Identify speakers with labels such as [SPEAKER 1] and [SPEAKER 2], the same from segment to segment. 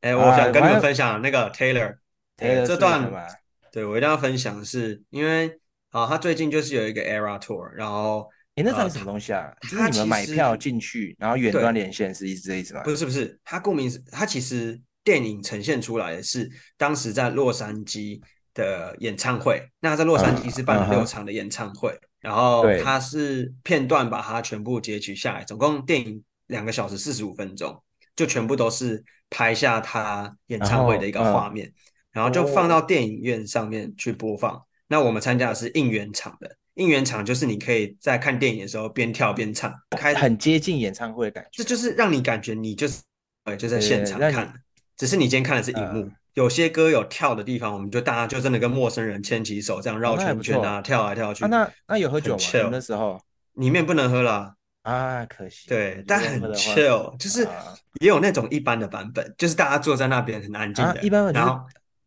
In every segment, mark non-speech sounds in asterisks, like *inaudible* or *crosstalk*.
[SPEAKER 1] 哎，我
[SPEAKER 2] 啊，
[SPEAKER 1] 想跟你
[SPEAKER 2] 蛮
[SPEAKER 1] 们
[SPEAKER 2] 有
[SPEAKER 1] 分享那个 Taylor，对，
[SPEAKER 2] Taylor
[SPEAKER 1] 哎这
[SPEAKER 2] Swift
[SPEAKER 1] 段，
[SPEAKER 2] 嘛，
[SPEAKER 1] 对，我一定要分享是，因为啊，他最近就是有一个 Era Tour，然后
[SPEAKER 2] 诶，那到
[SPEAKER 1] 呃，
[SPEAKER 2] 底什么
[SPEAKER 1] 他
[SPEAKER 2] 东西啊？就是
[SPEAKER 1] 他
[SPEAKER 2] 你们
[SPEAKER 1] 其
[SPEAKER 2] 买票
[SPEAKER 1] 实
[SPEAKER 2] 进去，然后远端
[SPEAKER 1] 对，
[SPEAKER 2] 连线是一直这意思吗？
[SPEAKER 1] 不是不是，它顾名思，它其实电影呈现出来的是当时在洛杉矶的演唱会。那在洛
[SPEAKER 2] 嗯
[SPEAKER 1] 杉矶是办
[SPEAKER 2] 嗯
[SPEAKER 1] 了六
[SPEAKER 2] 哼，
[SPEAKER 1] 场的演唱会，然后
[SPEAKER 2] 对，
[SPEAKER 1] 它是片段把它全部截取下来，总共电影两个小时四十五分钟，就全部都是拍下他演
[SPEAKER 2] 然
[SPEAKER 1] 唱会的
[SPEAKER 2] 后
[SPEAKER 1] 一个画
[SPEAKER 2] 嗯，
[SPEAKER 1] 面，然后就放到
[SPEAKER 2] 哦，
[SPEAKER 1] 电影院上面去播放。那我们参加的是应援场的，应援场就是你可以在看电影的时候边跳边唱，开
[SPEAKER 2] 很接近演唱会的感
[SPEAKER 1] 这
[SPEAKER 2] 觉，
[SPEAKER 1] 就是让你感觉你就是，呃，就在
[SPEAKER 2] 对
[SPEAKER 1] 现
[SPEAKER 2] 对，
[SPEAKER 1] 场
[SPEAKER 2] 让
[SPEAKER 1] 看
[SPEAKER 2] 你
[SPEAKER 1] 了，只是你今天看的是荧幕。
[SPEAKER 2] 呃，
[SPEAKER 1] 有些歌有跳的地方，我们就大家就真的跟陌生人牵起手这样
[SPEAKER 2] 哦，
[SPEAKER 1] 绕
[SPEAKER 2] 那还
[SPEAKER 1] 圈
[SPEAKER 2] 不
[SPEAKER 1] 圈
[SPEAKER 2] 错
[SPEAKER 1] 啊，跳来跳
[SPEAKER 2] 啊。
[SPEAKER 1] 去，
[SPEAKER 2] 那那有喝
[SPEAKER 1] 很
[SPEAKER 2] 酒吗？你
[SPEAKER 1] chill。
[SPEAKER 2] 们那时候
[SPEAKER 1] 里面不能喝啦，
[SPEAKER 2] 啊，可惜，
[SPEAKER 1] 对，
[SPEAKER 2] 我觉
[SPEAKER 1] 但
[SPEAKER 2] 得喝
[SPEAKER 1] 很
[SPEAKER 2] 的话
[SPEAKER 1] chill，就是
[SPEAKER 2] 啊
[SPEAKER 1] 也有那种一般的版本，就是大家坐在那边很安静
[SPEAKER 2] 啊，一
[SPEAKER 1] 的，
[SPEAKER 2] 般我就
[SPEAKER 1] 然
[SPEAKER 2] 是，
[SPEAKER 1] 后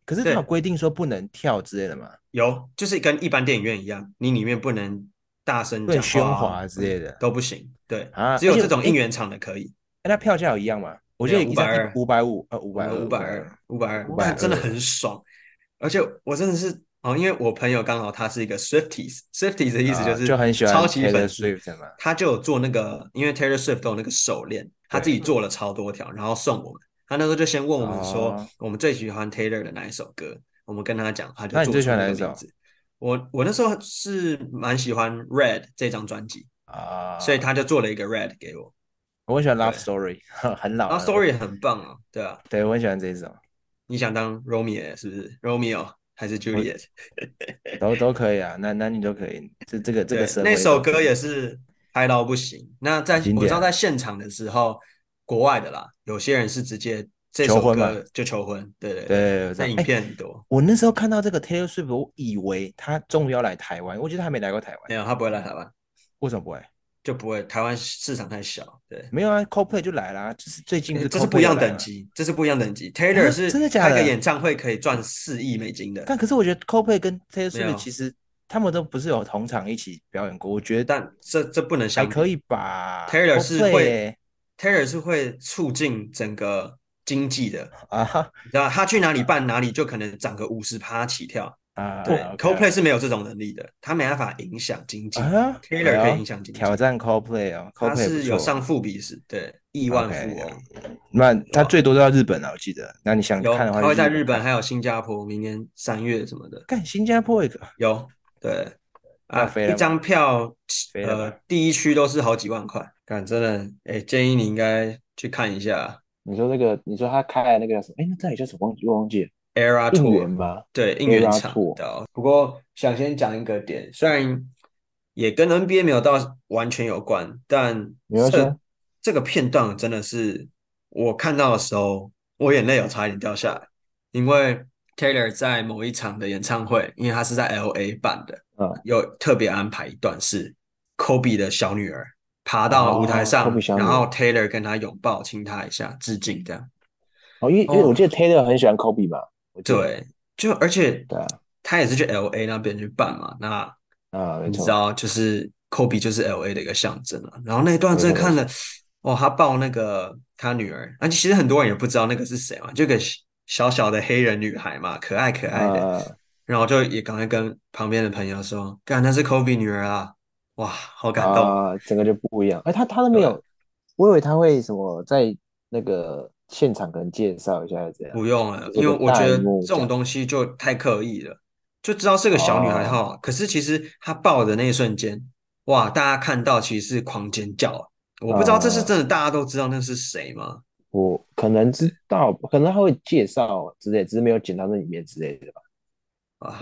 [SPEAKER 2] 可是他有
[SPEAKER 1] 对，
[SPEAKER 2] 规定说不能跳之类的嘛，
[SPEAKER 1] 有，就是跟一般电影院一样，你里面不能大声
[SPEAKER 2] 不能
[SPEAKER 1] 讲话
[SPEAKER 2] 喧
[SPEAKER 1] 啊，
[SPEAKER 2] 哗
[SPEAKER 1] 嗯，
[SPEAKER 2] 之类的
[SPEAKER 1] 都不行，对，
[SPEAKER 2] 啊。
[SPEAKER 1] 只
[SPEAKER 2] 而
[SPEAKER 1] 有
[SPEAKER 2] 且
[SPEAKER 1] 这种应
[SPEAKER 2] 诶
[SPEAKER 1] 援场的可以。
[SPEAKER 2] 哎那票价有一样吗？我
[SPEAKER 1] 没
[SPEAKER 2] 记得
[SPEAKER 1] 有五
[SPEAKER 2] 一
[SPEAKER 1] 百
[SPEAKER 2] 张一
[SPEAKER 1] 二，
[SPEAKER 2] 五百五，呃，五
[SPEAKER 1] 我
[SPEAKER 2] 百
[SPEAKER 1] 们
[SPEAKER 2] 二，
[SPEAKER 1] 五
[SPEAKER 2] 五
[SPEAKER 1] 百
[SPEAKER 2] 百
[SPEAKER 1] 二，
[SPEAKER 2] 二，
[SPEAKER 1] 五百二，
[SPEAKER 2] 五
[SPEAKER 1] 那
[SPEAKER 2] 百
[SPEAKER 1] 真的很
[SPEAKER 2] 二，
[SPEAKER 1] 爽。而且我真的是哦，因为我朋友刚好他是一个 Swifties，Swifties 的意思就
[SPEAKER 2] 啊，就是很喜
[SPEAKER 1] 超
[SPEAKER 2] 欢
[SPEAKER 1] 级
[SPEAKER 2] Taylor
[SPEAKER 1] 粉丝，
[SPEAKER 2] Swift 嘛，
[SPEAKER 1] 他就有做那个，因为 Taylor Swift 都有那个手链，他自己
[SPEAKER 2] 对，
[SPEAKER 1] 做了超多条，然后送我们。他那时候就先问我们说，
[SPEAKER 2] 哦，
[SPEAKER 1] 我们最喜欢 Taylor 的哪一首歌？我们跟他讲，他就
[SPEAKER 2] 那
[SPEAKER 1] 做
[SPEAKER 2] 你最喜
[SPEAKER 1] 出
[SPEAKER 2] 欢
[SPEAKER 1] 那
[SPEAKER 2] 哪
[SPEAKER 1] 个
[SPEAKER 2] 一
[SPEAKER 1] 名
[SPEAKER 2] 首
[SPEAKER 1] 字。我我那时候是蛮喜欢《Red》这张专辑，所以
[SPEAKER 2] 啊？
[SPEAKER 1] 他就做了一个《Red》给我。
[SPEAKER 2] 我很喜欢 Love
[SPEAKER 1] 对，
[SPEAKER 2] Story，很 *laughs* 老
[SPEAKER 1] 然后
[SPEAKER 2] 了，我
[SPEAKER 1] 《Story》很棒啊，对啊。
[SPEAKER 2] 对我很喜欢这一首，
[SPEAKER 1] 你想当 Romeo 是不是？Romeo 还是
[SPEAKER 2] 我
[SPEAKER 1] Juliet？
[SPEAKER 2] 都都可以啊，男男女都可以，这这个这个
[SPEAKER 1] 对，
[SPEAKER 2] 社
[SPEAKER 1] 那
[SPEAKER 2] 会
[SPEAKER 1] 首
[SPEAKER 2] 都可
[SPEAKER 1] 歌也
[SPEAKER 2] 以，
[SPEAKER 1] 是嗨到不行。那
[SPEAKER 2] 很
[SPEAKER 1] 在
[SPEAKER 2] 经
[SPEAKER 1] 我知
[SPEAKER 2] 典
[SPEAKER 1] 道，在
[SPEAKER 2] 啊，
[SPEAKER 1] 现场的时候，国外的啦，有些人是直接这
[SPEAKER 2] 求
[SPEAKER 1] 首
[SPEAKER 2] 婚嘛，
[SPEAKER 1] 歌就求婚。对对对，
[SPEAKER 2] 对，我知
[SPEAKER 1] 那
[SPEAKER 2] 道，
[SPEAKER 1] 影
[SPEAKER 2] 哎，
[SPEAKER 1] 片很多，
[SPEAKER 2] 我那时候看到这个 Taylor Swift，我以为他终于要来台湾，我觉得他没来过台湾，
[SPEAKER 1] 没有他不会来台湾，
[SPEAKER 2] 为什么不会？
[SPEAKER 1] 就不会台湾市场太小。对，
[SPEAKER 2] 没有啊，Coldplay 就来啦，就是最近不
[SPEAKER 1] 诶
[SPEAKER 2] 是
[SPEAKER 1] 这是不
[SPEAKER 2] Coldplay
[SPEAKER 1] 一
[SPEAKER 2] 要
[SPEAKER 1] 样
[SPEAKER 2] 来
[SPEAKER 1] 等
[SPEAKER 2] 嘛？
[SPEAKER 1] 级，这是不一样等级。Taylor
[SPEAKER 2] 啊，真
[SPEAKER 1] 是
[SPEAKER 2] 的假
[SPEAKER 1] 他一个
[SPEAKER 2] 的？
[SPEAKER 1] 演唱会可以赚四亿美金的，
[SPEAKER 2] 但可是我觉得 Coldplay 跟 Taylor
[SPEAKER 1] 没
[SPEAKER 2] Swift
[SPEAKER 1] 有，
[SPEAKER 2] 其实他们都不是有同场一起表演过，我觉得
[SPEAKER 1] 但这这不能
[SPEAKER 2] 还
[SPEAKER 1] 相
[SPEAKER 2] 可
[SPEAKER 1] 比。
[SPEAKER 2] 以吧。
[SPEAKER 1] Taylor 是
[SPEAKER 2] Coldplay
[SPEAKER 1] 会
[SPEAKER 2] 耶
[SPEAKER 1] ，Taylor 是会促进整个经济的，
[SPEAKER 2] 啊哈
[SPEAKER 1] 你知道他去哪里办哪里就可能涨个五十趴起跳。对
[SPEAKER 2] 啊，OK
[SPEAKER 1] ，Coldplay
[SPEAKER 2] OK
[SPEAKER 1] 是没有这种能力的，他没办法影响经济
[SPEAKER 2] 啊，哎
[SPEAKER 1] ，Taylor 可以
[SPEAKER 2] 呦，
[SPEAKER 1] 影响经
[SPEAKER 2] 挑
[SPEAKER 1] 济，
[SPEAKER 2] 战 Coldplay 哦
[SPEAKER 1] 他
[SPEAKER 2] ，Coldplay 不
[SPEAKER 1] 是有
[SPEAKER 2] 错
[SPEAKER 1] 上
[SPEAKER 2] 哦
[SPEAKER 1] 富比时，对，亿万富
[SPEAKER 2] ，OK，
[SPEAKER 1] 翁，
[SPEAKER 2] 那
[SPEAKER 1] 对
[SPEAKER 2] 他最
[SPEAKER 1] 吧？
[SPEAKER 2] 多都到日本啊了，我记得。那你想哎看
[SPEAKER 1] 有，
[SPEAKER 2] 的
[SPEAKER 1] 他
[SPEAKER 2] 话去
[SPEAKER 1] 会在
[SPEAKER 2] 日本
[SPEAKER 1] 日本
[SPEAKER 2] 看，
[SPEAKER 1] 还有新加坡，明年三月什么的
[SPEAKER 2] 看新加坡也可
[SPEAKER 1] 有，对
[SPEAKER 2] 要
[SPEAKER 1] 啊，
[SPEAKER 2] 飞
[SPEAKER 1] 一
[SPEAKER 2] 了吗？
[SPEAKER 1] 张票，
[SPEAKER 2] 飞了
[SPEAKER 1] 呃，
[SPEAKER 2] 吗？
[SPEAKER 1] 第一区都是好几万块，感真的，哎，建议你应该去看一下。
[SPEAKER 2] 你说那个，你说他开的那个叫什么？哎，那到底叫什么？忘记忘记了，
[SPEAKER 1] Era
[SPEAKER 2] 应援
[SPEAKER 1] Tour，
[SPEAKER 2] 吗
[SPEAKER 1] 对，应援
[SPEAKER 2] ？Era
[SPEAKER 1] 场
[SPEAKER 2] Tour
[SPEAKER 1] 的哦。不过想先讲一个点，虽然也跟 NBA 没有到完全有关，但
[SPEAKER 2] 没关系
[SPEAKER 1] 这
[SPEAKER 2] 啊，
[SPEAKER 1] 这个片段真的是我看到的时候，我眼泪有差一点掉下来，因为 Taylor 在某一场的演唱会，因为他是在 LA 办的，
[SPEAKER 2] 嗯，
[SPEAKER 1] 有特别安排一段是 Kobe 的小女儿爬到舞台
[SPEAKER 2] 哦
[SPEAKER 1] 上，
[SPEAKER 2] ，Kobe 小
[SPEAKER 1] 然
[SPEAKER 2] 女
[SPEAKER 1] 后
[SPEAKER 2] 儿。
[SPEAKER 1] Taylor 跟她拥抱，亲她一下，致敬这样。
[SPEAKER 2] 哦，因为因为我
[SPEAKER 1] 哦，
[SPEAKER 2] 记得 Taylor 很喜欢 Kobe 嘛，我记得，
[SPEAKER 1] 对，就而且
[SPEAKER 2] 对啊，
[SPEAKER 1] 他也是去 LA 那边去办嘛，那
[SPEAKER 2] 啊，没
[SPEAKER 1] 你知
[SPEAKER 2] 错，
[SPEAKER 1] 道，就是 Kobe 就是 LA 的一个象征啊。然后那一段
[SPEAKER 2] 没
[SPEAKER 1] 真的
[SPEAKER 2] 错，没
[SPEAKER 1] 看了，
[SPEAKER 2] 错，
[SPEAKER 1] 哇，他抱那个他女儿，而且其实很多人也不知道那个是谁嘛，就个小小小的黑人女孩嘛，可爱可爱的。
[SPEAKER 2] 啊，
[SPEAKER 1] 然后就也赶快跟旁边的朋友说，干，那是 Kobe 女儿啊，哇，好感动，
[SPEAKER 2] 啊，整个就不一样。哎，他他都没
[SPEAKER 1] 对。
[SPEAKER 2] 有，我以为他会什么在那个现场可能介绍一下还是怎样，
[SPEAKER 1] 不用了，
[SPEAKER 2] 有
[SPEAKER 1] 因为
[SPEAKER 2] 个
[SPEAKER 1] 我觉
[SPEAKER 2] 大荧
[SPEAKER 1] 得
[SPEAKER 2] 幕
[SPEAKER 1] 这
[SPEAKER 2] 这
[SPEAKER 1] 种
[SPEAKER 2] 样。
[SPEAKER 1] 东西就太刻意了，就知道是个小女孩
[SPEAKER 2] 哦，
[SPEAKER 1] 哈。可是其实她抱的那一瞬间，哇，大家看到其实是狂尖叫。我不知道这是
[SPEAKER 2] 啊，
[SPEAKER 1] 真的，大家都知道那是谁吗？
[SPEAKER 2] 我可能知道，可能他会介绍之类，只是没有剪到那里面之类的吧。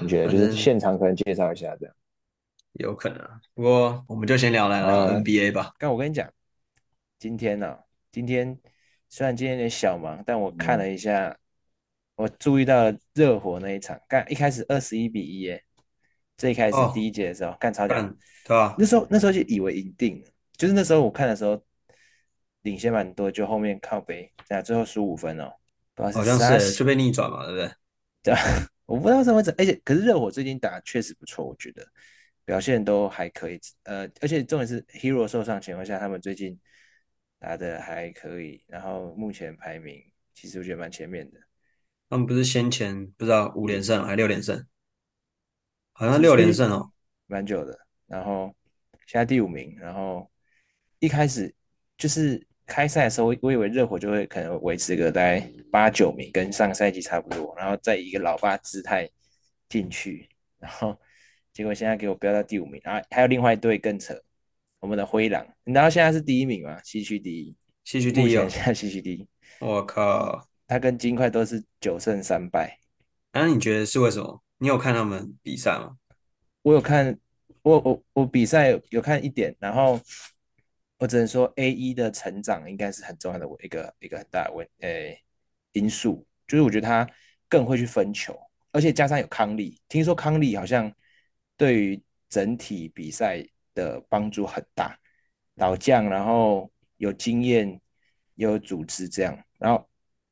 [SPEAKER 2] 你
[SPEAKER 1] 啊，
[SPEAKER 2] 觉得
[SPEAKER 1] 反
[SPEAKER 2] 就是
[SPEAKER 1] 正
[SPEAKER 2] 现场可能介绍一下这样。
[SPEAKER 1] 有可能啊。不过我们就先聊来聊
[SPEAKER 2] 啊，
[SPEAKER 1] NBA 吧。
[SPEAKER 2] 但我跟你讲，今天呢、今天虽然今天有点小忙，但我看
[SPEAKER 1] 嗯，
[SPEAKER 2] 了一下，我注意到了热火那一场，干一开始二十一比一耶，最开始第
[SPEAKER 1] 哦，
[SPEAKER 2] 一节的时候干超屌，
[SPEAKER 1] 干，对吧？
[SPEAKER 2] 那时候那时候就以为赢定了，就是那时候我看的时候领先蛮多，就后面靠背，啊，最后输五分哦，不知道是
[SPEAKER 1] 好像是
[SPEAKER 2] 啥
[SPEAKER 1] 欸就
[SPEAKER 2] 小，
[SPEAKER 1] 被逆转嘛，对不对？
[SPEAKER 2] 对吧我不知道怎么整，而且可是热火最近打得确实不错，我觉得表现都还可以。呃，而且重点是 Hero 受伤情况下，他们最近打得还可以，然后目前排名。其实我觉得蛮前面的。
[SPEAKER 1] 他们不是先前不知道五连胜还是六连胜，好像
[SPEAKER 2] 是
[SPEAKER 1] 六连
[SPEAKER 2] 所以
[SPEAKER 1] 胜哦。
[SPEAKER 2] 蛮久的，然后现在第五名，然后一开始就是开赛的时候，我以为热火就会可能维持个大概八九名，跟上赛季差不多，然后再以一个老八姿态进去，然后结果现在给我飙到第五名，然后还有另外一队更扯，我们的灰狼，你知道现在是第一名吗？西区第一，
[SPEAKER 1] 西区第
[SPEAKER 2] 目
[SPEAKER 1] 一
[SPEAKER 2] 前
[SPEAKER 1] 哦，
[SPEAKER 2] 现在西区第一，
[SPEAKER 1] 我靠！
[SPEAKER 2] 他跟金块都是九胜三败。
[SPEAKER 1] 那、你觉得是为什么？你有看他们比赛吗？
[SPEAKER 2] 我有看，我我我比赛有看一点，然后我只能说 A 一的成长应该是很重要的一个一个很大的问呃因素，就是我觉得他更会去分球，而且加上有康利，听说康利好像对于整体比赛的帮助很大，老将，然后有经验，有组织这样，然后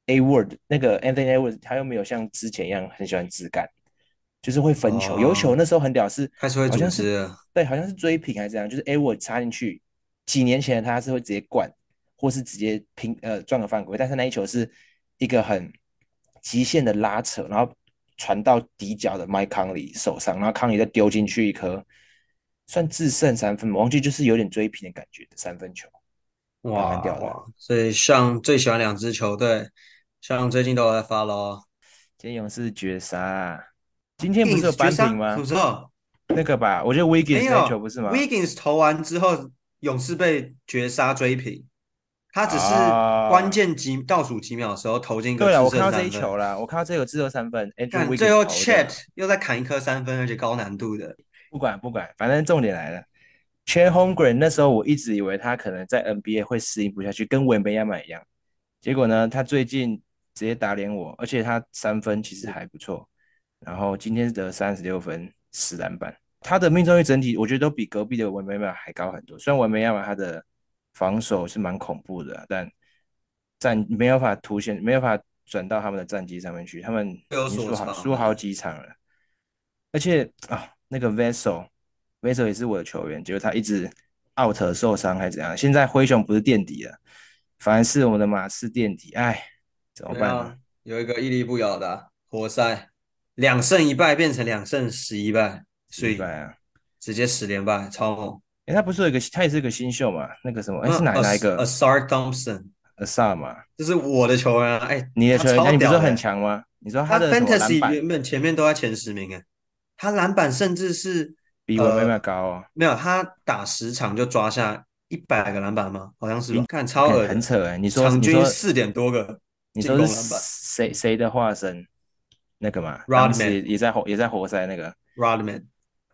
[SPEAKER 2] A Word 那个 Anthony A Word 他又没有像之前一样很喜欢质感。就是会分球，有球
[SPEAKER 1] 哦，
[SPEAKER 2] 那时候很屌是，
[SPEAKER 1] 开始会
[SPEAKER 2] 好
[SPEAKER 1] 组
[SPEAKER 2] 像是
[SPEAKER 1] 织了，
[SPEAKER 2] 对，好像是追平还是怎样，就是 A 我插进去，几年前的他是会直接灌，或是直接拼呃撞个犯规，但是那一球是一个很极限的拉扯，然后传到底角的麦康里手上，然后康里再丢进去一颗算制胜三分吧，我忘记就是有点追平的感觉的三分球，然后蛮
[SPEAKER 1] 哇
[SPEAKER 2] 屌的。
[SPEAKER 1] 哇！所以像最喜欢两支球队，像最近都有在发咯。
[SPEAKER 2] 今天勇士绝杀啊，今天不
[SPEAKER 1] 诶，
[SPEAKER 2] 是有
[SPEAKER 1] 绝
[SPEAKER 2] 扳平
[SPEAKER 1] 杀什
[SPEAKER 2] 吗？
[SPEAKER 1] 么时候？
[SPEAKER 2] 那个吧，我觉得
[SPEAKER 1] 没
[SPEAKER 2] Wiggins 那一球
[SPEAKER 1] 有
[SPEAKER 2] 不是吗？
[SPEAKER 1] ，Wiggins 投完之后，勇士被绝杀追平，他只是关
[SPEAKER 2] 啊。
[SPEAKER 1] 键几倒数几秒的时候投进一个
[SPEAKER 2] 对了，
[SPEAKER 1] 制
[SPEAKER 2] 我看
[SPEAKER 1] 胜
[SPEAKER 2] 到这一
[SPEAKER 1] 三分。
[SPEAKER 2] 球了，我看到这个自由三分，Andrew
[SPEAKER 1] 看，最
[SPEAKER 2] Wiggins
[SPEAKER 1] 后
[SPEAKER 2] 投
[SPEAKER 1] Chat
[SPEAKER 2] 的。
[SPEAKER 1] 又在砍一颗三分，而且高难度的。
[SPEAKER 2] 不管不管，反正重点来了。Chet Holmgren 那时候我一直以为他可能在 NBA 会适应不下去，跟文贝亚马一样。结果呢，他最近直接打脸我，而且他三分其实还不错，然后今天得三十六分、十篮板，他的命中率整体我觉得都比隔壁的文贝亚马还高很多。虽然文贝亚马他的防守是蛮恐怖的啊，但战没有法凸显，没有法转到他们的战绩上面去，他们
[SPEAKER 1] 各有
[SPEAKER 2] 已经
[SPEAKER 1] 所
[SPEAKER 2] 输好
[SPEAKER 1] 长
[SPEAKER 2] 输好
[SPEAKER 1] 啊，
[SPEAKER 2] 几场了。而且啊，那个 Vessel Vessel 也是我的球员，结果他一直 out 受伤还是怎样，现在灰熊不是垫底了，反而是我们的马刺垫底，哎，怎么
[SPEAKER 1] 对
[SPEAKER 2] 办呢？
[SPEAKER 1] 啊，有一个屹立不摇的啊活塞，两胜一败变成两胜十一败，
[SPEAKER 2] 十
[SPEAKER 1] 所
[SPEAKER 2] 一
[SPEAKER 1] 以
[SPEAKER 2] 败啊！
[SPEAKER 1] 直接十连败，超猛。
[SPEAKER 2] 诶，他不是有一个，他也是一个新秀嘛？那个什么，哎，
[SPEAKER 1] 那
[SPEAKER 2] 是哪
[SPEAKER 1] a
[SPEAKER 2] 哪一
[SPEAKER 1] s
[SPEAKER 2] 个
[SPEAKER 1] a s a r 呃 Thompson
[SPEAKER 2] 阿萨嘛？
[SPEAKER 1] 这是我的球员啊，哎，
[SPEAKER 2] 你的
[SPEAKER 1] 呃他
[SPEAKER 2] 球员，那
[SPEAKER 1] 超
[SPEAKER 2] 你不是
[SPEAKER 1] 屌的
[SPEAKER 2] 很
[SPEAKER 1] 欸，
[SPEAKER 2] 强吗？你说
[SPEAKER 1] 他
[SPEAKER 2] 他的什么篮
[SPEAKER 1] Fantasy
[SPEAKER 2] 板
[SPEAKER 1] 原本前面都在前十名，哎，他篮板甚至是
[SPEAKER 2] 比文贝
[SPEAKER 1] 呃
[SPEAKER 2] 曼高哦，
[SPEAKER 1] 没有，他打十场就抓下一百个篮板吗？好像是吧，看超
[SPEAKER 2] 看
[SPEAKER 1] 恶
[SPEAKER 2] 很
[SPEAKER 1] 的，
[SPEAKER 2] 扯哎！你说
[SPEAKER 1] 场
[SPEAKER 2] 你
[SPEAKER 1] 均
[SPEAKER 2] 说
[SPEAKER 1] 四点多个
[SPEAKER 2] 你
[SPEAKER 1] 进
[SPEAKER 2] 说是
[SPEAKER 1] 攻篮板
[SPEAKER 2] 谁谁的化身？那个嘛，当时也
[SPEAKER 1] ，Rodman
[SPEAKER 2] 也在活也在活塞那个
[SPEAKER 1] Rodman。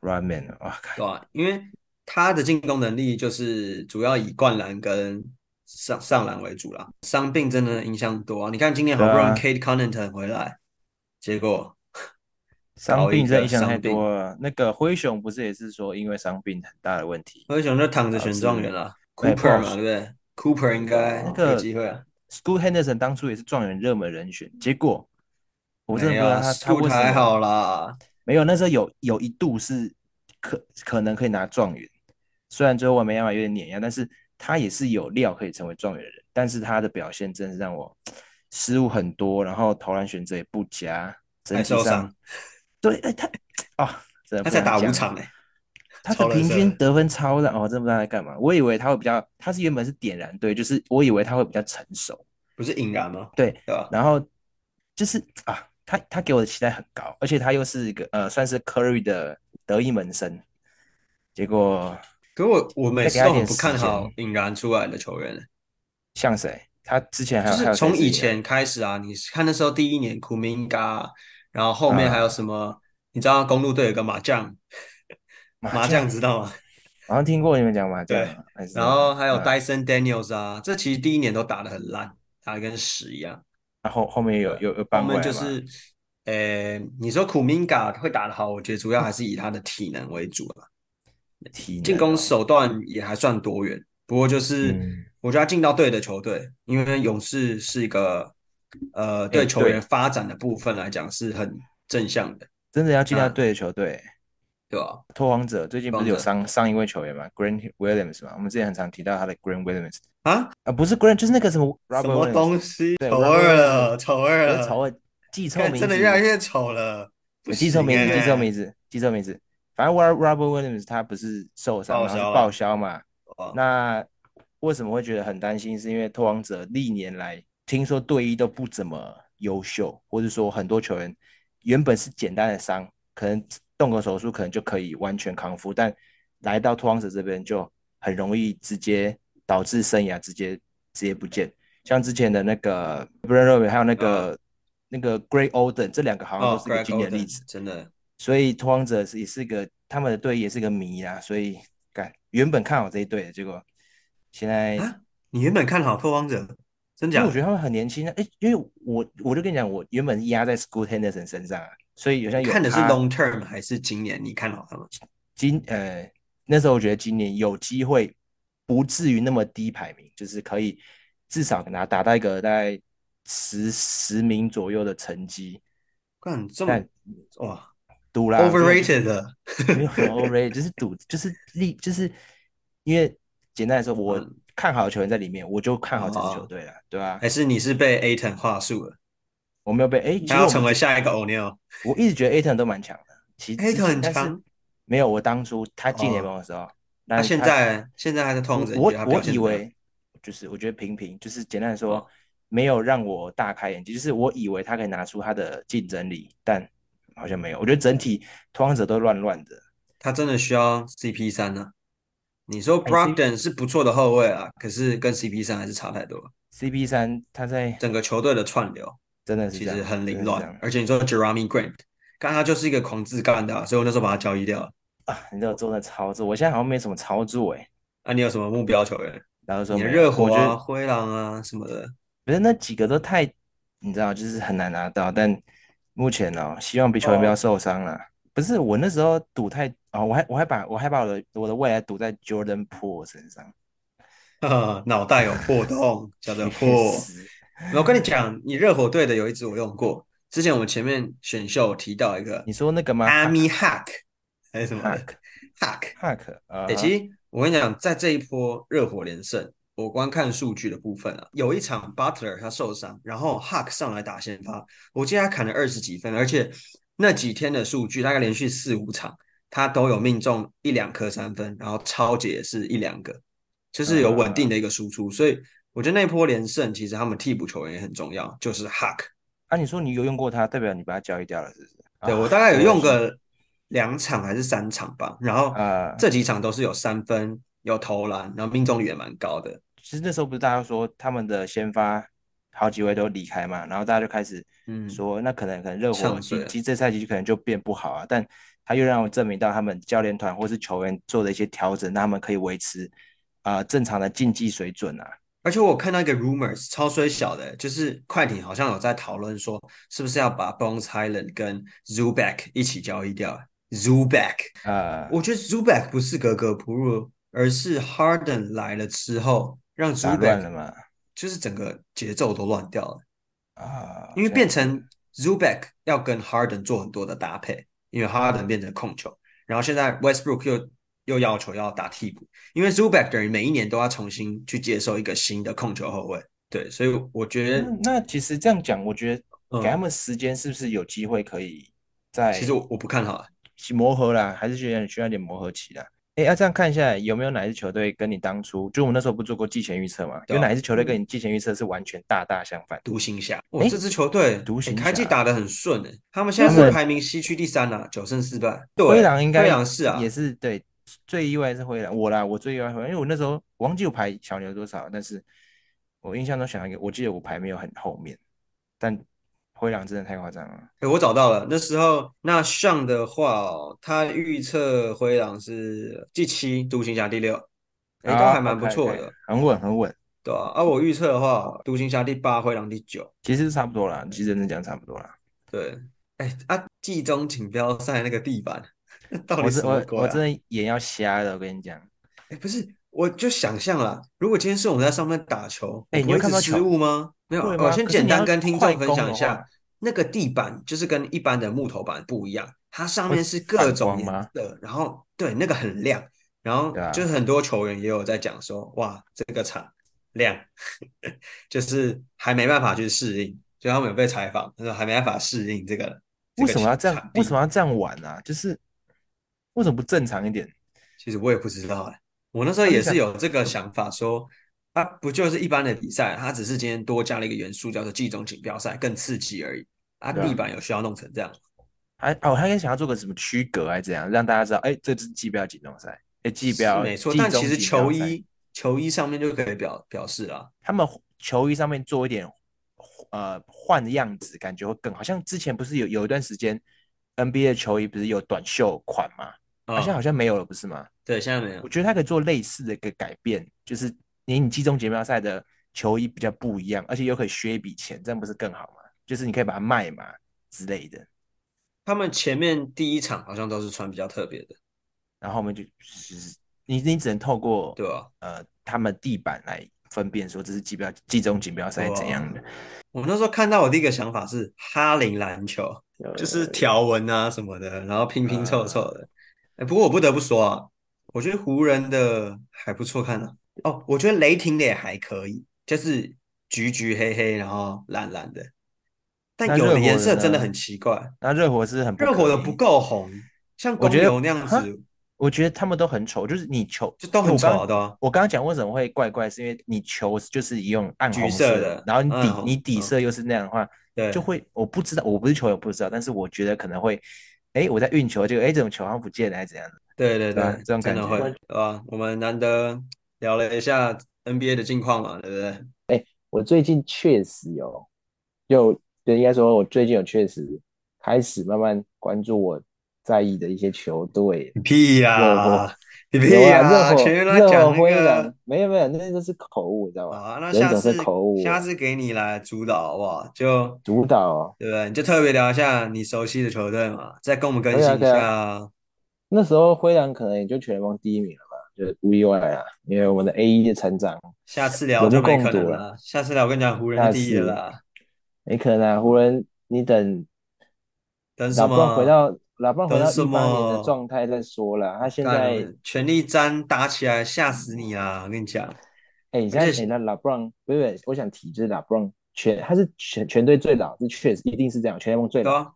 [SPEAKER 2] Rodman，哇靠！
[SPEAKER 1] 对啊，因为他的进攻能力就是主要以灌篮跟上上篮为主啦。伤病真的影响多啊！你看今年
[SPEAKER 2] 对
[SPEAKER 1] 好不容易
[SPEAKER 2] 啊。
[SPEAKER 1] Kate Connaughton 回来，结果
[SPEAKER 2] 伤
[SPEAKER 1] 搞一
[SPEAKER 2] 病真的
[SPEAKER 1] 个
[SPEAKER 2] 影响太
[SPEAKER 1] 伤病，
[SPEAKER 2] 多了。那个灰熊不是也是说因为伤病很大的问题，
[SPEAKER 1] 灰熊就躺着
[SPEAKER 2] 导
[SPEAKER 1] 选状元
[SPEAKER 2] 致
[SPEAKER 1] 啦
[SPEAKER 2] 对不
[SPEAKER 1] ，Cooper
[SPEAKER 2] 好
[SPEAKER 1] 嘛，对
[SPEAKER 2] 说。
[SPEAKER 1] 不对？Cooper 应
[SPEAKER 2] 那
[SPEAKER 1] 该有
[SPEAKER 2] 个
[SPEAKER 1] 机会啊。
[SPEAKER 2] Scoot Henderson 当初也是状元热门人选，结果我真的
[SPEAKER 1] 没
[SPEAKER 2] 不
[SPEAKER 1] 有
[SPEAKER 2] 知道
[SPEAKER 1] 啊
[SPEAKER 2] 他他
[SPEAKER 1] ，Scoot
[SPEAKER 2] 为什
[SPEAKER 1] 还
[SPEAKER 2] 么
[SPEAKER 1] 好啦，
[SPEAKER 2] 没有。那时候有有一度是可可能可以拿状元，虽然最后我没办法有点碾压，但是他也是有料可以成为状元的人。但是他的表现真是让我失误很多，然后投篮选择也不佳，整
[SPEAKER 1] 还
[SPEAKER 2] 体
[SPEAKER 1] 受
[SPEAKER 2] 上
[SPEAKER 1] 伤，
[SPEAKER 2] 对，哎他啊、真
[SPEAKER 1] 他
[SPEAKER 2] 的
[SPEAKER 1] 才
[SPEAKER 2] 不想
[SPEAKER 1] 打五
[SPEAKER 2] 讲
[SPEAKER 1] 场
[SPEAKER 2] 了。
[SPEAKER 1] 哎、
[SPEAKER 2] 他的
[SPEAKER 1] 超垃
[SPEAKER 2] 平
[SPEAKER 1] 圾
[SPEAKER 2] 均
[SPEAKER 1] 的。
[SPEAKER 2] 得分超烂哦，真不知道他在干嘛。我以为他会比较，他是原本是点燃队，就是我以为他会比较成熟，
[SPEAKER 1] 不是引燃吗？
[SPEAKER 2] 对，
[SPEAKER 1] 对吧？
[SPEAKER 2] 然后就是啊，他他给我的期待很高，而且他又是一个呃，算是 Curry 的得意门生，结果
[SPEAKER 1] 可我我每
[SPEAKER 2] 再给
[SPEAKER 1] 次
[SPEAKER 2] 他一
[SPEAKER 1] 都很
[SPEAKER 2] 点
[SPEAKER 1] 不
[SPEAKER 2] 时
[SPEAKER 1] 看好
[SPEAKER 2] 间，
[SPEAKER 1] 引燃出来的球员欸、
[SPEAKER 2] 像谁？他之前还
[SPEAKER 1] 就是
[SPEAKER 2] 有还有谁
[SPEAKER 1] 从
[SPEAKER 2] 是
[SPEAKER 1] 以
[SPEAKER 2] 引燃
[SPEAKER 1] 前开始啊，你看那时候第一年库明嘎，然后后面还有
[SPEAKER 2] 啊？
[SPEAKER 1] 什么？你知道公路队有个麻将，
[SPEAKER 2] 麻
[SPEAKER 1] 麻将
[SPEAKER 2] 将，
[SPEAKER 1] 知道吗？
[SPEAKER 2] 好像听过你们讲麻将
[SPEAKER 1] 对，
[SPEAKER 2] 啊，还是怎
[SPEAKER 1] 然
[SPEAKER 2] 样？
[SPEAKER 1] 后还有
[SPEAKER 2] 啊，
[SPEAKER 1] Dyson Daniels 啊，这其实第一年都打得很烂，打得跟屎一样。
[SPEAKER 2] 然后后面有
[SPEAKER 1] 对，
[SPEAKER 2] 有有
[SPEAKER 1] 后
[SPEAKER 2] 扳回
[SPEAKER 1] 面
[SPEAKER 2] 来
[SPEAKER 1] 就
[SPEAKER 2] 嘛？
[SPEAKER 1] 是，呃，你说库明嘎会打得好，我觉得主要还是以他的体能为主啊。
[SPEAKER 2] 体
[SPEAKER 1] 进
[SPEAKER 2] 能
[SPEAKER 1] 攻
[SPEAKER 2] 哦，
[SPEAKER 1] 手段也还算多元，不过就是
[SPEAKER 2] 嗯，
[SPEAKER 1] 我觉得他进到对的球队，因为勇士是一个呃对
[SPEAKER 2] A
[SPEAKER 1] 球员
[SPEAKER 2] 队
[SPEAKER 1] 发展的部分来讲是很正向的。
[SPEAKER 2] 真的要进到
[SPEAKER 1] 那
[SPEAKER 2] 对的球队。
[SPEAKER 1] 对吧？
[SPEAKER 2] 拓荒者最近不是
[SPEAKER 1] 拓
[SPEAKER 2] 有
[SPEAKER 1] 荒者
[SPEAKER 2] 伤伤一位球员嘛，Grant Williams 嘛，我们之前很常提到他的 Grant Williams
[SPEAKER 1] 啊，
[SPEAKER 2] 啊，不是 Grant 就是那个什么 Robert
[SPEAKER 1] 什么
[SPEAKER 2] Williams，
[SPEAKER 1] 东西？
[SPEAKER 2] 对
[SPEAKER 1] 丑
[SPEAKER 2] ，Robert
[SPEAKER 1] 二
[SPEAKER 2] Williams
[SPEAKER 1] 了，丑二
[SPEAKER 2] 不
[SPEAKER 1] 了，
[SPEAKER 2] 是曹伟，记错
[SPEAKER 1] 看
[SPEAKER 2] 名
[SPEAKER 1] 真的
[SPEAKER 2] 字
[SPEAKER 1] 越来越丑了，不
[SPEAKER 2] 记错
[SPEAKER 1] 行
[SPEAKER 2] 名字，记错
[SPEAKER 1] 欸
[SPEAKER 2] 名字，记错名字。反正 Rob- Robert Williams 他不是受伤，
[SPEAKER 1] 报
[SPEAKER 2] 然后
[SPEAKER 1] 销
[SPEAKER 2] 是
[SPEAKER 1] 啊
[SPEAKER 2] 报销嘛。
[SPEAKER 1] 哦
[SPEAKER 2] 那为什么会觉得很担心？是因为拓荒者历年来听说队医都不怎么优秀，或者说很多球员原本是简单的伤，可能动个手术可能就可以完全康复，但来到拓荒者这边就很容易直接导致生涯直接直接不见。像之前的那个 Brandon r o b i n 还有那个、
[SPEAKER 1] 嗯
[SPEAKER 2] 那个 Gray Oden 这两个好像都
[SPEAKER 1] 哦
[SPEAKER 2] 是一个
[SPEAKER 1] ，Greg
[SPEAKER 2] 经典例
[SPEAKER 1] Oden
[SPEAKER 2] 子。
[SPEAKER 1] 真的
[SPEAKER 2] 所以拓荒者是也是个他们的队也是个谜啦，所以干原本看好这一队的，结果现在，
[SPEAKER 1] 啊，你原本看好拓荒者，真
[SPEAKER 2] 因为
[SPEAKER 1] 假
[SPEAKER 2] 我觉
[SPEAKER 1] 的？
[SPEAKER 2] 得他们很年轻啊，哎，因为我我就跟你讲，我原本压在 School Henderson 身上啊，所以好像有
[SPEAKER 1] 看的是
[SPEAKER 2] 他
[SPEAKER 1] long term 还是今年？你看好他们？
[SPEAKER 2] 今呃那时候我觉得今年有机会不至于那么低排名，就是可以至少拿打到一个大概十十名左右的成绩，
[SPEAKER 1] 干这么
[SPEAKER 2] 但
[SPEAKER 1] 哇
[SPEAKER 2] 赌啦，真的就是。
[SPEAKER 1] ，overrated 的，
[SPEAKER 2] 没有很 overrated，就是赌，就是利，就是因为简单来说，我
[SPEAKER 1] 嗯
[SPEAKER 2] 看好的球员在里面，我就看好这支球
[SPEAKER 1] 哦，
[SPEAKER 2] 队了，对吧、
[SPEAKER 1] 还是你是被 Aton 话术了？
[SPEAKER 2] 我没有被，哎，其
[SPEAKER 1] 他
[SPEAKER 2] 实
[SPEAKER 1] 要
[SPEAKER 2] 我们
[SPEAKER 1] 成为
[SPEAKER 2] 觉
[SPEAKER 1] 下一个 O'Neal。
[SPEAKER 2] 我一直觉得 Aton 都蛮强的，其实
[SPEAKER 1] 黑
[SPEAKER 2] 之
[SPEAKER 1] 头
[SPEAKER 2] 前，
[SPEAKER 1] 很
[SPEAKER 2] 但是
[SPEAKER 1] 强
[SPEAKER 2] 没有我当初他进联
[SPEAKER 1] 哦，
[SPEAKER 2] 盟的时候，
[SPEAKER 1] 他
[SPEAKER 2] 那
[SPEAKER 1] 现
[SPEAKER 2] 他
[SPEAKER 1] 在现在还在拓荒
[SPEAKER 2] 我
[SPEAKER 1] 者，你觉
[SPEAKER 2] 我
[SPEAKER 1] 得他
[SPEAKER 2] 我
[SPEAKER 1] 表现
[SPEAKER 2] 以
[SPEAKER 1] 怎么样？
[SPEAKER 2] 为就是我觉得平平，就是简单来说，
[SPEAKER 1] 哦，
[SPEAKER 2] 没有让我大开眼界，就是我以为他可以拿出他的竞争力，但好像没有，我觉得整体拓荒者都乱乱的，
[SPEAKER 1] 他真的需要 CP 三呢、你说
[SPEAKER 2] 哎，C
[SPEAKER 1] Brogdon 是不错的后卫啊，可是跟 CP 三还是差太多了。
[SPEAKER 2] CP 三他在
[SPEAKER 1] 整个球队的串流
[SPEAKER 2] 真的是
[SPEAKER 1] 其
[SPEAKER 2] 这
[SPEAKER 1] 实
[SPEAKER 2] 样，
[SPEAKER 1] 很
[SPEAKER 2] 真
[SPEAKER 1] 凌
[SPEAKER 2] 的是这
[SPEAKER 1] 乱，
[SPEAKER 2] 样。
[SPEAKER 1] 而且你说 Jerami Grant，刚他就是一个狂自干的啊所以我那时候把他交易掉了。
[SPEAKER 2] 啊，你知道我做的操作，我现在好像没什么操作哎。
[SPEAKER 1] 那、啊你有什么目标球员？
[SPEAKER 2] 然后说
[SPEAKER 1] 你的
[SPEAKER 2] 没有，
[SPEAKER 1] 热
[SPEAKER 2] 我
[SPEAKER 1] 火
[SPEAKER 2] 觉
[SPEAKER 1] 啊、
[SPEAKER 2] 得
[SPEAKER 1] 灰狼啊什么的，
[SPEAKER 2] 不是那几个都太，你知道，就是很难拿到。但目前哦，希望比球员不要
[SPEAKER 1] 哦，
[SPEAKER 2] 受伤了。不是我那时候赌太啊、我还我还把我还把我的我的未来赌在 Jordan Poole 身上，
[SPEAKER 1] 啊，脑袋有破洞，叫做
[SPEAKER 2] 确
[SPEAKER 1] 破。
[SPEAKER 2] 实，
[SPEAKER 1] 我跟你讲，你热火队的有一支我用过，之前我们前面选秀有提到一个
[SPEAKER 2] 你说那个吗
[SPEAKER 1] a m
[SPEAKER 2] ？Hack
[SPEAKER 1] i Hack 还是什么的
[SPEAKER 2] Hack
[SPEAKER 1] Hack。
[SPEAKER 2] Hack 啊
[SPEAKER 1] 哎、
[SPEAKER 2] 哈，
[SPEAKER 1] 其实我跟你讲，在这一波热火连胜，我光看数据的部分啊，有一场 Butler 他受伤，然后 Hack 上来打先发，我记得他砍了二十几分，而且那几天的数据大概连续四五场，他都有命中一两颗三分，然后超级也是一两个，就是有稳定
[SPEAKER 2] 啊
[SPEAKER 1] 的一个输出，所以我觉得那一波连胜，其实他们替补球员也很重要，就是 Hack。
[SPEAKER 2] 啊，你说你有用过它，代表你把它交易掉了，是不是？
[SPEAKER 1] 对，我
[SPEAKER 2] 啊，
[SPEAKER 1] 大概有
[SPEAKER 2] 可
[SPEAKER 1] 用
[SPEAKER 2] 惜
[SPEAKER 1] 个两场还是三场吧，然后
[SPEAKER 2] 啊。
[SPEAKER 1] 这几场都是有三分、有投篮，然后命中率也蛮高的。
[SPEAKER 2] 其实那时候不是大家说他们的先发好几位都离开嘛，然后大家就开始
[SPEAKER 1] 嗯，
[SPEAKER 2] 说，那可能可能热火
[SPEAKER 1] 呛
[SPEAKER 2] 今
[SPEAKER 1] 水了。
[SPEAKER 2] 今这赛季可能就变不好啊，但他又让我证明到他们教练团或是球员做的一些调整，让他们可以维持啊、呃正常的竞技水准啊。
[SPEAKER 1] 而且我看到一个 rumors 超衰小的，就是快艇好像有在讨论说，是不是要把 Bones Highland 跟 Zubac 一起交易掉？Zubac，
[SPEAKER 2] 呃，
[SPEAKER 1] 我觉得 Zubac 不是格格不入，而是 Harden 来了之后，让
[SPEAKER 2] 打乱
[SPEAKER 1] Zubac
[SPEAKER 2] 了嘛，
[SPEAKER 1] 就是整个节奏都乱掉了。
[SPEAKER 2] 啊、
[SPEAKER 1] 因为
[SPEAKER 2] 这样
[SPEAKER 1] 变
[SPEAKER 2] 子
[SPEAKER 1] 成 Zubac 要跟 Harden 做很多的搭配，因为 Harden 变成控球，然后现在 Westbrook 又又要求要打替补，因为 Zubac 等于每一年都要重新去接受一个新的控球后卫，对，所以我觉
[SPEAKER 2] 那
[SPEAKER 1] 得，
[SPEAKER 2] 嗯那其实这样讲，我觉得给他
[SPEAKER 1] 嗯，
[SPEAKER 2] 们时间是不是有机会可以
[SPEAKER 1] 其实
[SPEAKER 2] 再
[SPEAKER 1] 我我不看好，
[SPEAKER 2] 磨合啦，还是需要需要一点磨合期啦。哎，要、这样看下来，有没有哪一支球队跟你当初就我们那时候不做过季前预测嘛？
[SPEAKER 1] 对
[SPEAKER 2] 有哪一
[SPEAKER 1] 吧？
[SPEAKER 2] 支球队跟
[SPEAKER 1] 嗯，
[SPEAKER 2] 你季前预测是完全大大相反？
[SPEAKER 1] 独行侠，我
[SPEAKER 2] 哎，
[SPEAKER 1] 这支球队，
[SPEAKER 2] 独
[SPEAKER 1] 哎，
[SPEAKER 2] 行
[SPEAKER 1] 开季
[SPEAKER 2] 侠，
[SPEAKER 1] 打得很顺，哎，他们现
[SPEAKER 2] 他
[SPEAKER 1] 在是
[SPEAKER 2] 们
[SPEAKER 1] 排名西区第三啊，九胜四败，
[SPEAKER 2] 灰
[SPEAKER 1] 对，
[SPEAKER 2] 狼应
[SPEAKER 1] 灰
[SPEAKER 2] 该
[SPEAKER 1] 狼是
[SPEAKER 2] 也
[SPEAKER 1] 啊，
[SPEAKER 2] 是对最意外是灰狼，我啦，我最意外是灰狼，因为我那时候我忘记我排小牛多少，但是我印象中小牛，我记得我排没有很后面，但灰狼真的太夸张了。
[SPEAKER 1] 哎，我找到了，那时候那上的话哦，他预测灰狼是第七，独行侠第六，哎，都
[SPEAKER 2] 啊
[SPEAKER 1] 还蛮不
[SPEAKER 2] ，OK
[SPEAKER 1] 错
[SPEAKER 2] OK，
[SPEAKER 1] 的，
[SPEAKER 2] *laughs* 很稳很稳，
[SPEAKER 1] 对啊，而我预测的话，哦独行侠第八，灰狼第九，
[SPEAKER 2] 其实差不多啦，其实真的讲差不多啦。
[SPEAKER 1] 对，哎，啊，季中锦标赛那个地板， *laughs* 那到
[SPEAKER 2] 我
[SPEAKER 1] 底
[SPEAKER 2] 真
[SPEAKER 1] 什么
[SPEAKER 2] 我
[SPEAKER 1] 鬼
[SPEAKER 2] 我
[SPEAKER 1] 啊？
[SPEAKER 2] 真的眼要瞎了，我跟你讲。
[SPEAKER 1] 哎，不是，我就想象啦，如果今天是我们在上面打球，我
[SPEAKER 2] 哎，
[SPEAKER 1] 不
[SPEAKER 2] 你有
[SPEAKER 1] 会一直
[SPEAKER 2] 看不到
[SPEAKER 1] 失
[SPEAKER 2] 球，
[SPEAKER 1] 误吗？没有，
[SPEAKER 2] 对
[SPEAKER 1] 我
[SPEAKER 2] 吗？
[SPEAKER 1] 先
[SPEAKER 2] 可是
[SPEAKER 1] 简
[SPEAKER 2] 你
[SPEAKER 1] 单
[SPEAKER 2] 要
[SPEAKER 1] 跟听
[SPEAKER 2] 快
[SPEAKER 1] 众分
[SPEAKER 2] 攻哦
[SPEAKER 1] 享
[SPEAKER 2] 的
[SPEAKER 1] 一下，
[SPEAKER 2] 话，
[SPEAKER 1] 那个地板就是跟一般的木头板不一样，它上
[SPEAKER 2] 会
[SPEAKER 1] 面是各
[SPEAKER 2] 反
[SPEAKER 1] 种
[SPEAKER 2] 光
[SPEAKER 1] 颜
[SPEAKER 2] 吗
[SPEAKER 1] 色，然后对那个很亮，然后
[SPEAKER 2] 对啊
[SPEAKER 1] 就是很多球员也有在讲说，哇，这个场亮， *laughs* 就是还没办法去适应，就他们有被采访，他说还没办法适应这个。
[SPEAKER 2] 为什么要这
[SPEAKER 1] 场
[SPEAKER 2] 样？
[SPEAKER 1] 地
[SPEAKER 2] 为什么要这样玩啊？就是为什么不正常一点？
[SPEAKER 1] 其实我也不知道哎、我那时候也是有这个想法说，啊，不就是一般的比赛，它只是今天多加了一个元素，叫做季中锦标赛，更刺激而已。啊，
[SPEAKER 2] 对啊
[SPEAKER 1] 地板有需要弄成这样吗，
[SPEAKER 2] 还哦，他应该想要做个什么区隔，还是怎样，让大家知道，哎，这是季标锦标赛，哎，季标
[SPEAKER 1] 是没错。
[SPEAKER 2] 季
[SPEAKER 1] 但
[SPEAKER 2] 中
[SPEAKER 1] 其实
[SPEAKER 2] 锦标
[SPEAKER 1] 球
[SPEAKER 2] 赛
[SPEAKER 1] 衣球衣上面就可以表表示啦，
[SPEAKER 2] 他们球衣上面做一点呃换的样子，感觉会更好像之前不是有有一段时间 NBA 球衣不是有短袖款吗？
[SPEAKER 1] 啊、
[SPEAKER 2] 好像好像没有了，不是吗？
[SPEAKER 1] 对，现在没有
[SPEAKER 2] 我，觉得他可以做类似的一个改变，就是你你季中锦标赛的球衣比较不一样，而且又可以削一笔钱，这样不是更好吗？就是你可以把它卖嘛之类的，
[SPEAKER 1] 他们前面第一场好像都是穿比较特别的，
[SPEAKER 2] 然后我们就是你你只能透过
[SPEAKER 1] 对吧？
[SPEAKER 2] 呃他们地板来分辨说这是季标季中锦标赛怎样的，
[SPEAKER 1] 我那时候看到我第一个想法是哈林篮球，就是条纹啊什么的，然后拼拼凑凑的。哎，不过我不得不说啊，我觉得湖人的还不错看啊。哦，我觉得雷霆的也还可以，就是橘橘黑黑，然后蓝蓝的。但
[SPEAKER 2] 那
[SPEAKER 1] 有
[SPEAKER 2] 热
[SPEAKER 1] 的颜
[SPEAKER 2] 火的
[SPEAKER 1] 色真的
[SPEAKER 2] 呢
[SPEAKER 1] 很奇怪，
[SPEAKER 2] 那热火是很不
[SPEAKER 1] 热火
[SPEAKER 2] 可
[SPEAKER 1] 的
[SPEAKER 2] 以
[SPEAKER 1] 不够红，像
[SPEAKER 2] 我
[SPEAKER 1] 公
[SPEAKER 2] 觉得
[SPEAKER 1] 牛那样
[SPEAKER 2] 哈
[SPEAKER 1] 子
[SPEAKER 2] 我觉得他们都很丑，就是你球
[SPEAKER 1] 就都
[SPEAKER 2] 因为
[SPEAKER 1] 很
[SPEAKER 2] 我
[SPEAKER 1] 丑
[SPEAKER 2] 刚
[SPEAKER 1] 啊，对啊
[SPEAKER 2] 我刚刚讲为什么会怪怪，是因为你球就是用暗
[SPEAKER 1] 橘
[SPEAKER 2] 红
[SPEAKER 1] 色
[SPEAKER 2] 色
[SPEAKER 1] 的
[SPEAKER 2] 然后你
[SPEAKER 1] 暗
[SPEAKER 2] 底
[SPEAKER 1] 红
[SPEAKER 2] 你底
[SPEAKER 1] 嗯
[SPEAKER 2] 色又是那样的话，
[SPEAKER 1] 对
[SPEAKER 2] 就会我不知道，我不是球友不知道，但是我觉得可能会，哎，我在运球就哎这种球好像不见了还是怎样的，
[SPEAKER 1] 对对
[SPEAKER 2] 对啊
[SPEAKER 1] 对，
[SPEAKER 2] 这种
[SPEAKER 1] 真的
[SPEAKER 2] 感
[SPEAKER 1] 会，
[SPEAKER 2] 觉
[SPEAKER 1] 对吧？我们难得聊了一下 NBA 的近况嘛，对不
[SPEAKER 2] *laughs*
[SPEAKER 1] 对？
[SPEAKER 3] 我最近确实有，就就应该说，我最近有确实开始慢慢关注我在意的一些球队。
[SPEAKER 1] 你屁
[SPEAKER 3] 热
[SPEAKER 1] 呀
[SPEAKER 3] 火！
[SPEAKER 1] 你
[SPEAKER 3] 有
[SPEAKER 1] 屁
[SPEAKER 3] 啊，
[SPEAKER 1] 呀！
[SPEAKER 3] 热火，
[SPEAKER 1] 前面都在
[SPEAKER 3] 热火、
[SPEAKER 1] 讲那
[SPEAKER 3] 灰
[SPEAKER 1] 个
[SPEAKER 3] 狼，没有没有，那都是口误，你知道吗？
[SPEAKER 1] 啊，那
[SPEAKER 3] 忍
[SPEAKER 1] 下
[SPEAKER 3] 者是
[SPEAKER 1] 次
[SPEAKER 3] 口误，
[SPEAKER 1] 下次给你来主导好不好？就
[SPEAKER 3] 主导。
[SPEAKER 1] 对不对？你就特别聊一下你熟悉的球队嘛，再跟我们
[SPEAKER 3] 可
[SPEAKER 1] 更
[SPEAKER 3] 以啊，
[SPEAKER 1] 新一
[SPEAKER 3] 可以啊。
[SPEAKER 1] 下。
[SPEAKER 3] 那时候灰狼可能也就全联盟第一名了吧，就是无意外啊，因为我们的 A 一的成长
[SPEAKER 1] 下次聊
[SPEAKER 3] 有
[SPEAKER 1] 就
[SPEAKER 3] 目
[SPEAKER 1] 没
[SPEAKER 3] 共
[SPEAKER 1] 可能
[SPEAKER 3] 睹了。
[SPEAKER 1] 了，下次聊我跟你讲，湖人就
[SPEAKER 3] 下
[SPEAKER 1] 第一了
[SPEAKER 3] 次
[SPEAKER 1] 啦。
[SPEAKER 3] 没可能啊，湖人，你等
[SPEAKER 1] 等什
[SPEAKER 3] 老布朗回
[SPEAKER 1] 么？
[SPEAKER 3] 到老布朗回
[SPEAKER 1] 等
[SPEAKER 3] 到
[SPEAKER 1] 什
[SPEAKER 3] 一八年的
[SPEAKER 1] 么？
[SPEAKER 3] 状态再说啦。他现
[SPEAKER 1] 干，我
[SPEAKER 3] 在。
[SPEAKER 1] 们全力战打起来，吓死你啊！我跟你讲，
[SPEAKER 3] 哎、你现
[SPEAKER 1] 而
[SPEAKER 3] 在
[SPEAKER 1] 且
[SPEAKER 3] 哎、那拉布朗，不是，我想提就是拉布朗全，他是全全队最老，这确实一定是这样，全联盟最
[SPEAKER 1] 对
[SPEAKER 3] 老，
[SPEAKER 1] 啊，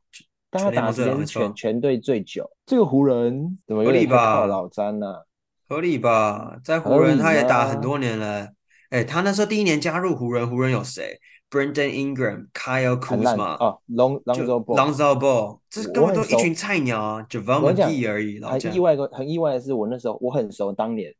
[SPEAKER 3] 但他
[SPEAKER 1] 全联
[SPEAKER 3] 打
[SPEAKER 1] 盟
[SPEAKER 3] 的时
[SPEAKER 1] 最老
[SPEAKER 3] 间
[SPEAKER 1] 没
[SPEAKER 3] 是全
[SPEAKER 1] 错，
[SPEAKER 3] 全队最久。这个湖人怎么有
[SPEAKER 1] 合
[SPEAKER 3] 点
[SPEAKER 1] 理
[SPEAKER 3] 太靠
[SPEAKER 1] 吧？
[SPEAKER 3] 老詹啊了、
[SPEAKER 1] 合理吧？在湖
[SPEAKER 3] 合
[SPEAKER 1] 人
[SPEAKER 3] 理
[SPEAKER 1] 他也打很
[SPEAKER 3] 啊，
[SPEAKER 1] 多年了，哎，他那时候第一年加入湖人，湖人有谁？Brandon Ingram、Kyle
[SPEAKER 3] 很烂
[SPEAKER 1] Kuzma，
[SPEAKER 3] 哦。Long
[SPEAKER 1] 就
[SPEAKER 3] Lonzo Ball，
[SPEAKER 1] Lonzo Ball，这
[SPEAKER 3] 我
[SPEAKER 1] 根
[SPEAKER 3] 我很
[SPEAKER 1] 本都一群
[SPEAKER 3] 熟，
[SPEAKER 1] 菜鸟啊，JaVale
[SPEAKER 3] 我跟你讲，
[SPEAKER 1] McGee 而已，老
[SPEAKER 3] 很意
[SPEAKER 1] 将。
[SPEAKER 3] 外的，很意外的是，我那时候我很熟，当年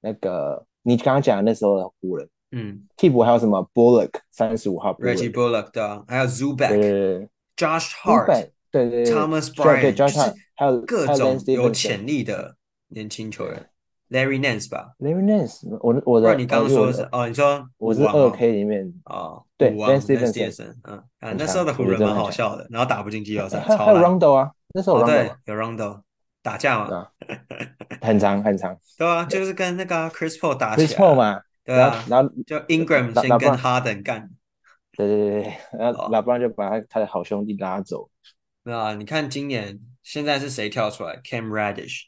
[SPEAKER 3] 那个你刚刚讲的那时候的湖人
[SPEAKER 1] 嗯
[SPEAKER 3] 替补还有什么 Bullock 三十五号
[SPEAKER 1] ，Reggie
[SPEAKER 3] Bullock，
[SPEAKER 1] Bullock 对啊，还有
[SPEAKER 3] 对
[SPEAKER 1] Zubac、
[SPEAKER 3] 对对。
[SPEAKER 1] Josh
[SPEAKER 3] 五
[SPEAKER 1] Hart、
[SPEAKER 3] 百，对对对
[SPEAKER 1] Thomas
[SPEAKER 3] ，Josh 对 Josh
[SPEAKER 1] Bryant，就是
[SPEAKER 3] Hart，还有
[SPEAKER 1] 各
[SPEAKER 3] 还有 Lance
[SPEAKER 1] 种有
[SPEAKER 3] Stevenson，
[SPEAKER 1] 潜力的年轻球员，Larry Nance 吧？
[SPEAKER 3] Larry Nance，我我
[SPEAKER 1] 不然
[SPEAKER 3] 的
[SPEAKER 1] 你刚
[SPEAKER 3] 哦，
[SPEAKER 1] 刚
[SPEAKER 3] 因为我
[SPEAKER 1] 说的是
[SPEAKER 3] 的
[SPEAKER 1] 哦，你说
[SPEAKER 3] 我
[SPEAKER 1] 舞
[SPEAKER 3] 是
[SPEAKER 1] 王
[SPEAKER 3] 二
[SPEAKER 1] 哦，
[SPEAKER 3] K 里面
[SPEAKER 1] 哦，
[SPEAKER 3] 对 Lance
[SPEAKER 1] 舞王 Lance
[SPEAKER 3] Stevenson
[SPEAKER 1] Stevenson，嗯啊，
[SPEAKER 3] 很
[SPEAKER 1] 那时候
[SPEAKER 3] 强，
[SPEAKER 1] 的
[SPEAKER 3] 我
[SPEAKER 1] 湖
[SPEAKER 3] 觉得
[SPEAKER 1] 人
[SPEAKER 3] 真的
[SPEAKER 1] 蛮
[SPEAKER 3] 很
[SPEAKER 1] 好
[SPEAKER 3] 强，
[SPEAKER 1] 笑的，然后打不进季后
[SPEAKER 3] 还
[SPEAKER 1] 赛，
[SPEAKER 3] 还还
[SPEAKER 1] 超
[SPEAKER 3] 有
[SPEAKER 1] 烂。
[SPEAKER 3] Rondo 啊，那时候
[SPEAKER 1] 哦，
[SPEAKER 3] 有 Rondo
[SPEAKER 1] 对
[SPEAKER 3] 吧，，
[SPEAKER 1] 有 Rondo 打架
[SPEAKER 3] 对啊
[SPEAKER 1] 嘛，
[SPEAKER 3] 吧？很长很长
[SPEAKER 1] 对啊，就是跟那个啊 Chris Paul 打
[SPEAKER 3] ，Chris
[SPEAKER 1] 起来
[SPEAKER 3] Paul
[SPEAKER 1] 啊，
[SPEAKER 3] 嘛，
[SPEAKER 1] 对
[SPEAKER 3] 然后
[SPEAKER 1] 啊，
[SPEAKER 3] 然后
[SPEAKER 1] 就 Ingram
[SPEAKER 3] 拉
[SPEAKER 1] 先
[SPEAKER 3] 拉布
[SPEAKER 1] 跟
[SPEAKER 3] 朗，
[SPEAKER 1] Harden 干，
[SPEAKER 3] 对对对对，然后
[SPEAKER 1] 哦，
[SPEAKER 3] 拉布朗就把他他的好兄弟拉走，
[SPEAKER 1] 那啊你看今年现在是谁跳出来？Cam Radish，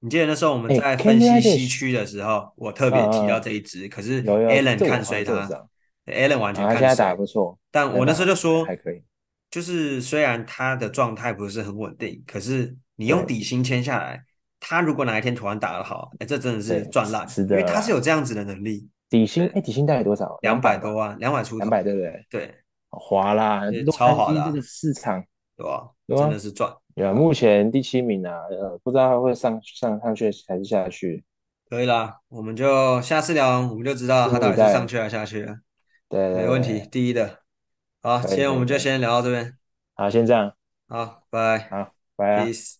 [SPEAKER 1] 你记得那时候我们
[SPEAKER 3] 哎
[SPEAKER 1] 在
[SPEAKER 3] ，Cam
[SPEAKER 1] 分析西
[SPEAKER 3] Radish，
[SPEAKER 1] 区的时候，我特
[SPEAKER 3] 嗯
[SPEAKER 1] 别提到
[SPEAKER 3] 嗯，
[SPEAKER 1] 这一支，可是
[SPEAKER 3] 有有，
[SPEAKER 1] Allen
[SPEAKER 3] 这
[SPEAKER 1] 看
[SPEAKER 3] 我好像
[SPEAKER 1] 衰
[SPEAKER 3] 这我知
[SPEAKER 1] 他
[SPEAKER 3] 道，
[SPEAKER 1] ，Allen 完
[SPEAKER 3] 啊，
[SPEAKER 1] 全
[SPEAKER 3] 他现在
[SPEAKER 1] 看
[SPEAKER 3] 打得
[SPEAKER 1] 衰。
[SPEAKER 3] 不错，
[SPEAKER 1] 但
[SPEAKER 3] 他
[SPEAKER 1] 我那时候
[SPEAKER 3] 打
[SPEAKER 1] 就
[SPEAKER 3] 还
[SPEAKER 1] 说，
[SPEAKER 3] 可以，
[SPEAKER 1] 就是虽然他的状态不是很稳定，可是你用
[SPEAKER 3] 对
[SPEAKER 1] 底薪签下来，他如果哪一天突然打得好，哎，这真的是
[SPEAKER 3] 对，
[SPEAKER 1] 赚
[SPEAKER 3] 值
[SPEAKER 1] 烂，
[SPEAKER 3] 值
[SPEAKER 1] 因为
[SPEAKER 3] 得
[SPEAKER 1] 他是
[SPEAKER 3] 啦。
[SPEAKER 1] 有这样子的能力，
[SPEAKER 3] 底薪，
[SPEAKER 1] 对，
[SPEAKER 3] 哎，底薪大概多少？两
[SPEAKER 1] 两
[SPEAKER 3] 百
[SPEAKER 1] 百
[SPEAKER 3] 嘛，
[SPEAKER 1] 多万，两百出
[SPEAKER 3] 两百
[SPEAKER 1] 头，
[SPEAKER 3] 对不对？
[SPEAKER 1] 对，
[SPEAKER 3] 好滑啦，
[SPEAKER 1] 也
[SPEAKER 3] 洛
[SPEAKER 1] 超
[SPEAKER 3] 杉
[SPEAKER 1] 好的
[SPEAKER 3] 矶这
[SPEAKER 1] 啊，
[SPEAKER 3] 个市场，
[SPEAKER 1] 对吧？
[SPEAKER 3] 对
[SPEAKER 1] 真
[SPEAKER 3] 吧？
[SPEAKER 1] 的是赚，
[SPEAKER 3] 对啊，目前第七名啊，呃，不知道他会上上上去还是下去，
[SPEAKER 1] 可以啦，我们就下次聊，我们就知道
[SPEAKER 3] 拭
[SPEAKER 1] 他
[SPEAKER 3] 目
[SPEAKER 1] 到
[SPEAKER 3] 以
[SPEAKER 1] 底是上
[SPEAKER 3] 待。
[SPEAKER 1] 去还是下去了，
[SPEAKER 3] 对
[SPEAKER 1] 没
[SPEAKER 3] 对
[SPEAKER 1] 问题，
[SPEAKER 3] 对，
[SPEAKER 1] 第一的。好，
[SPEAKER 3] 可
[SPEAKER 1] 今
[SPEAKER 3] 以
[SPEAKER 1] 天
[SPEAKER 3] 可
[SPEAKER 1] 我
[SPEAKER 3] 以
[SPEAKER 1] 们就
[SPEAKER 3] 可以，
[SPEAKER 1] 先聊到这边，
[SPEAKER 3] 好，先这样，
[SPEAKER 1] 好，拜
[SPEAKER 3] 好，拜啊。
[SPEAKER 1] ，peace。